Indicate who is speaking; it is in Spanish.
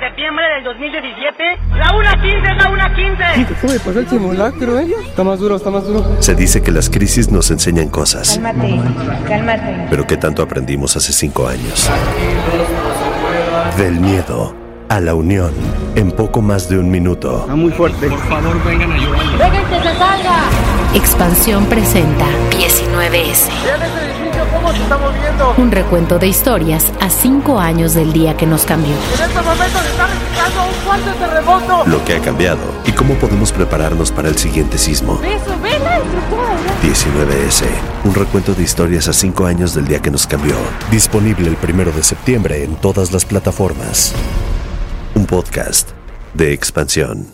Speaker 1: septiembre del 2017. La 1.15 es la 1.15.
Speaker 2: ¿Cómo me pasó el simulacro, eh? Está más duro, está más duro.
Speaker 3: Se dice que las crisis nos enseñan cosas,
Speaker 4: Cálmate, cálmate.
Speaker 3: pero ¿qué tanto aprendimos hace cinco años? Del miedo a la unión en poco más de un minuto.
Speaker 2: muy fuerte.
Speaker 5: ¡Venga, que se salga!
Speaker 6: Expansión presenta 19S.
Speaker 1: este ¿Cómo se está moviendo?
Speaker 6: Un recuento de historias a cinco años del día que nos cambió.
Speaker 1: En estos momentos se está registrando un fuerte terremoto.
Speaker 3: Lo que ha cambiado y cómo podemos prepararnos para el siguiente sismo.
Speaker 5: ¡Eso, ve la estructura!
Speaker 3: 19S, un recuento de historias a cinco años del día que nos cambió. Disponible el primero de septiembre en todas las plataformas. Un podcast de expansión.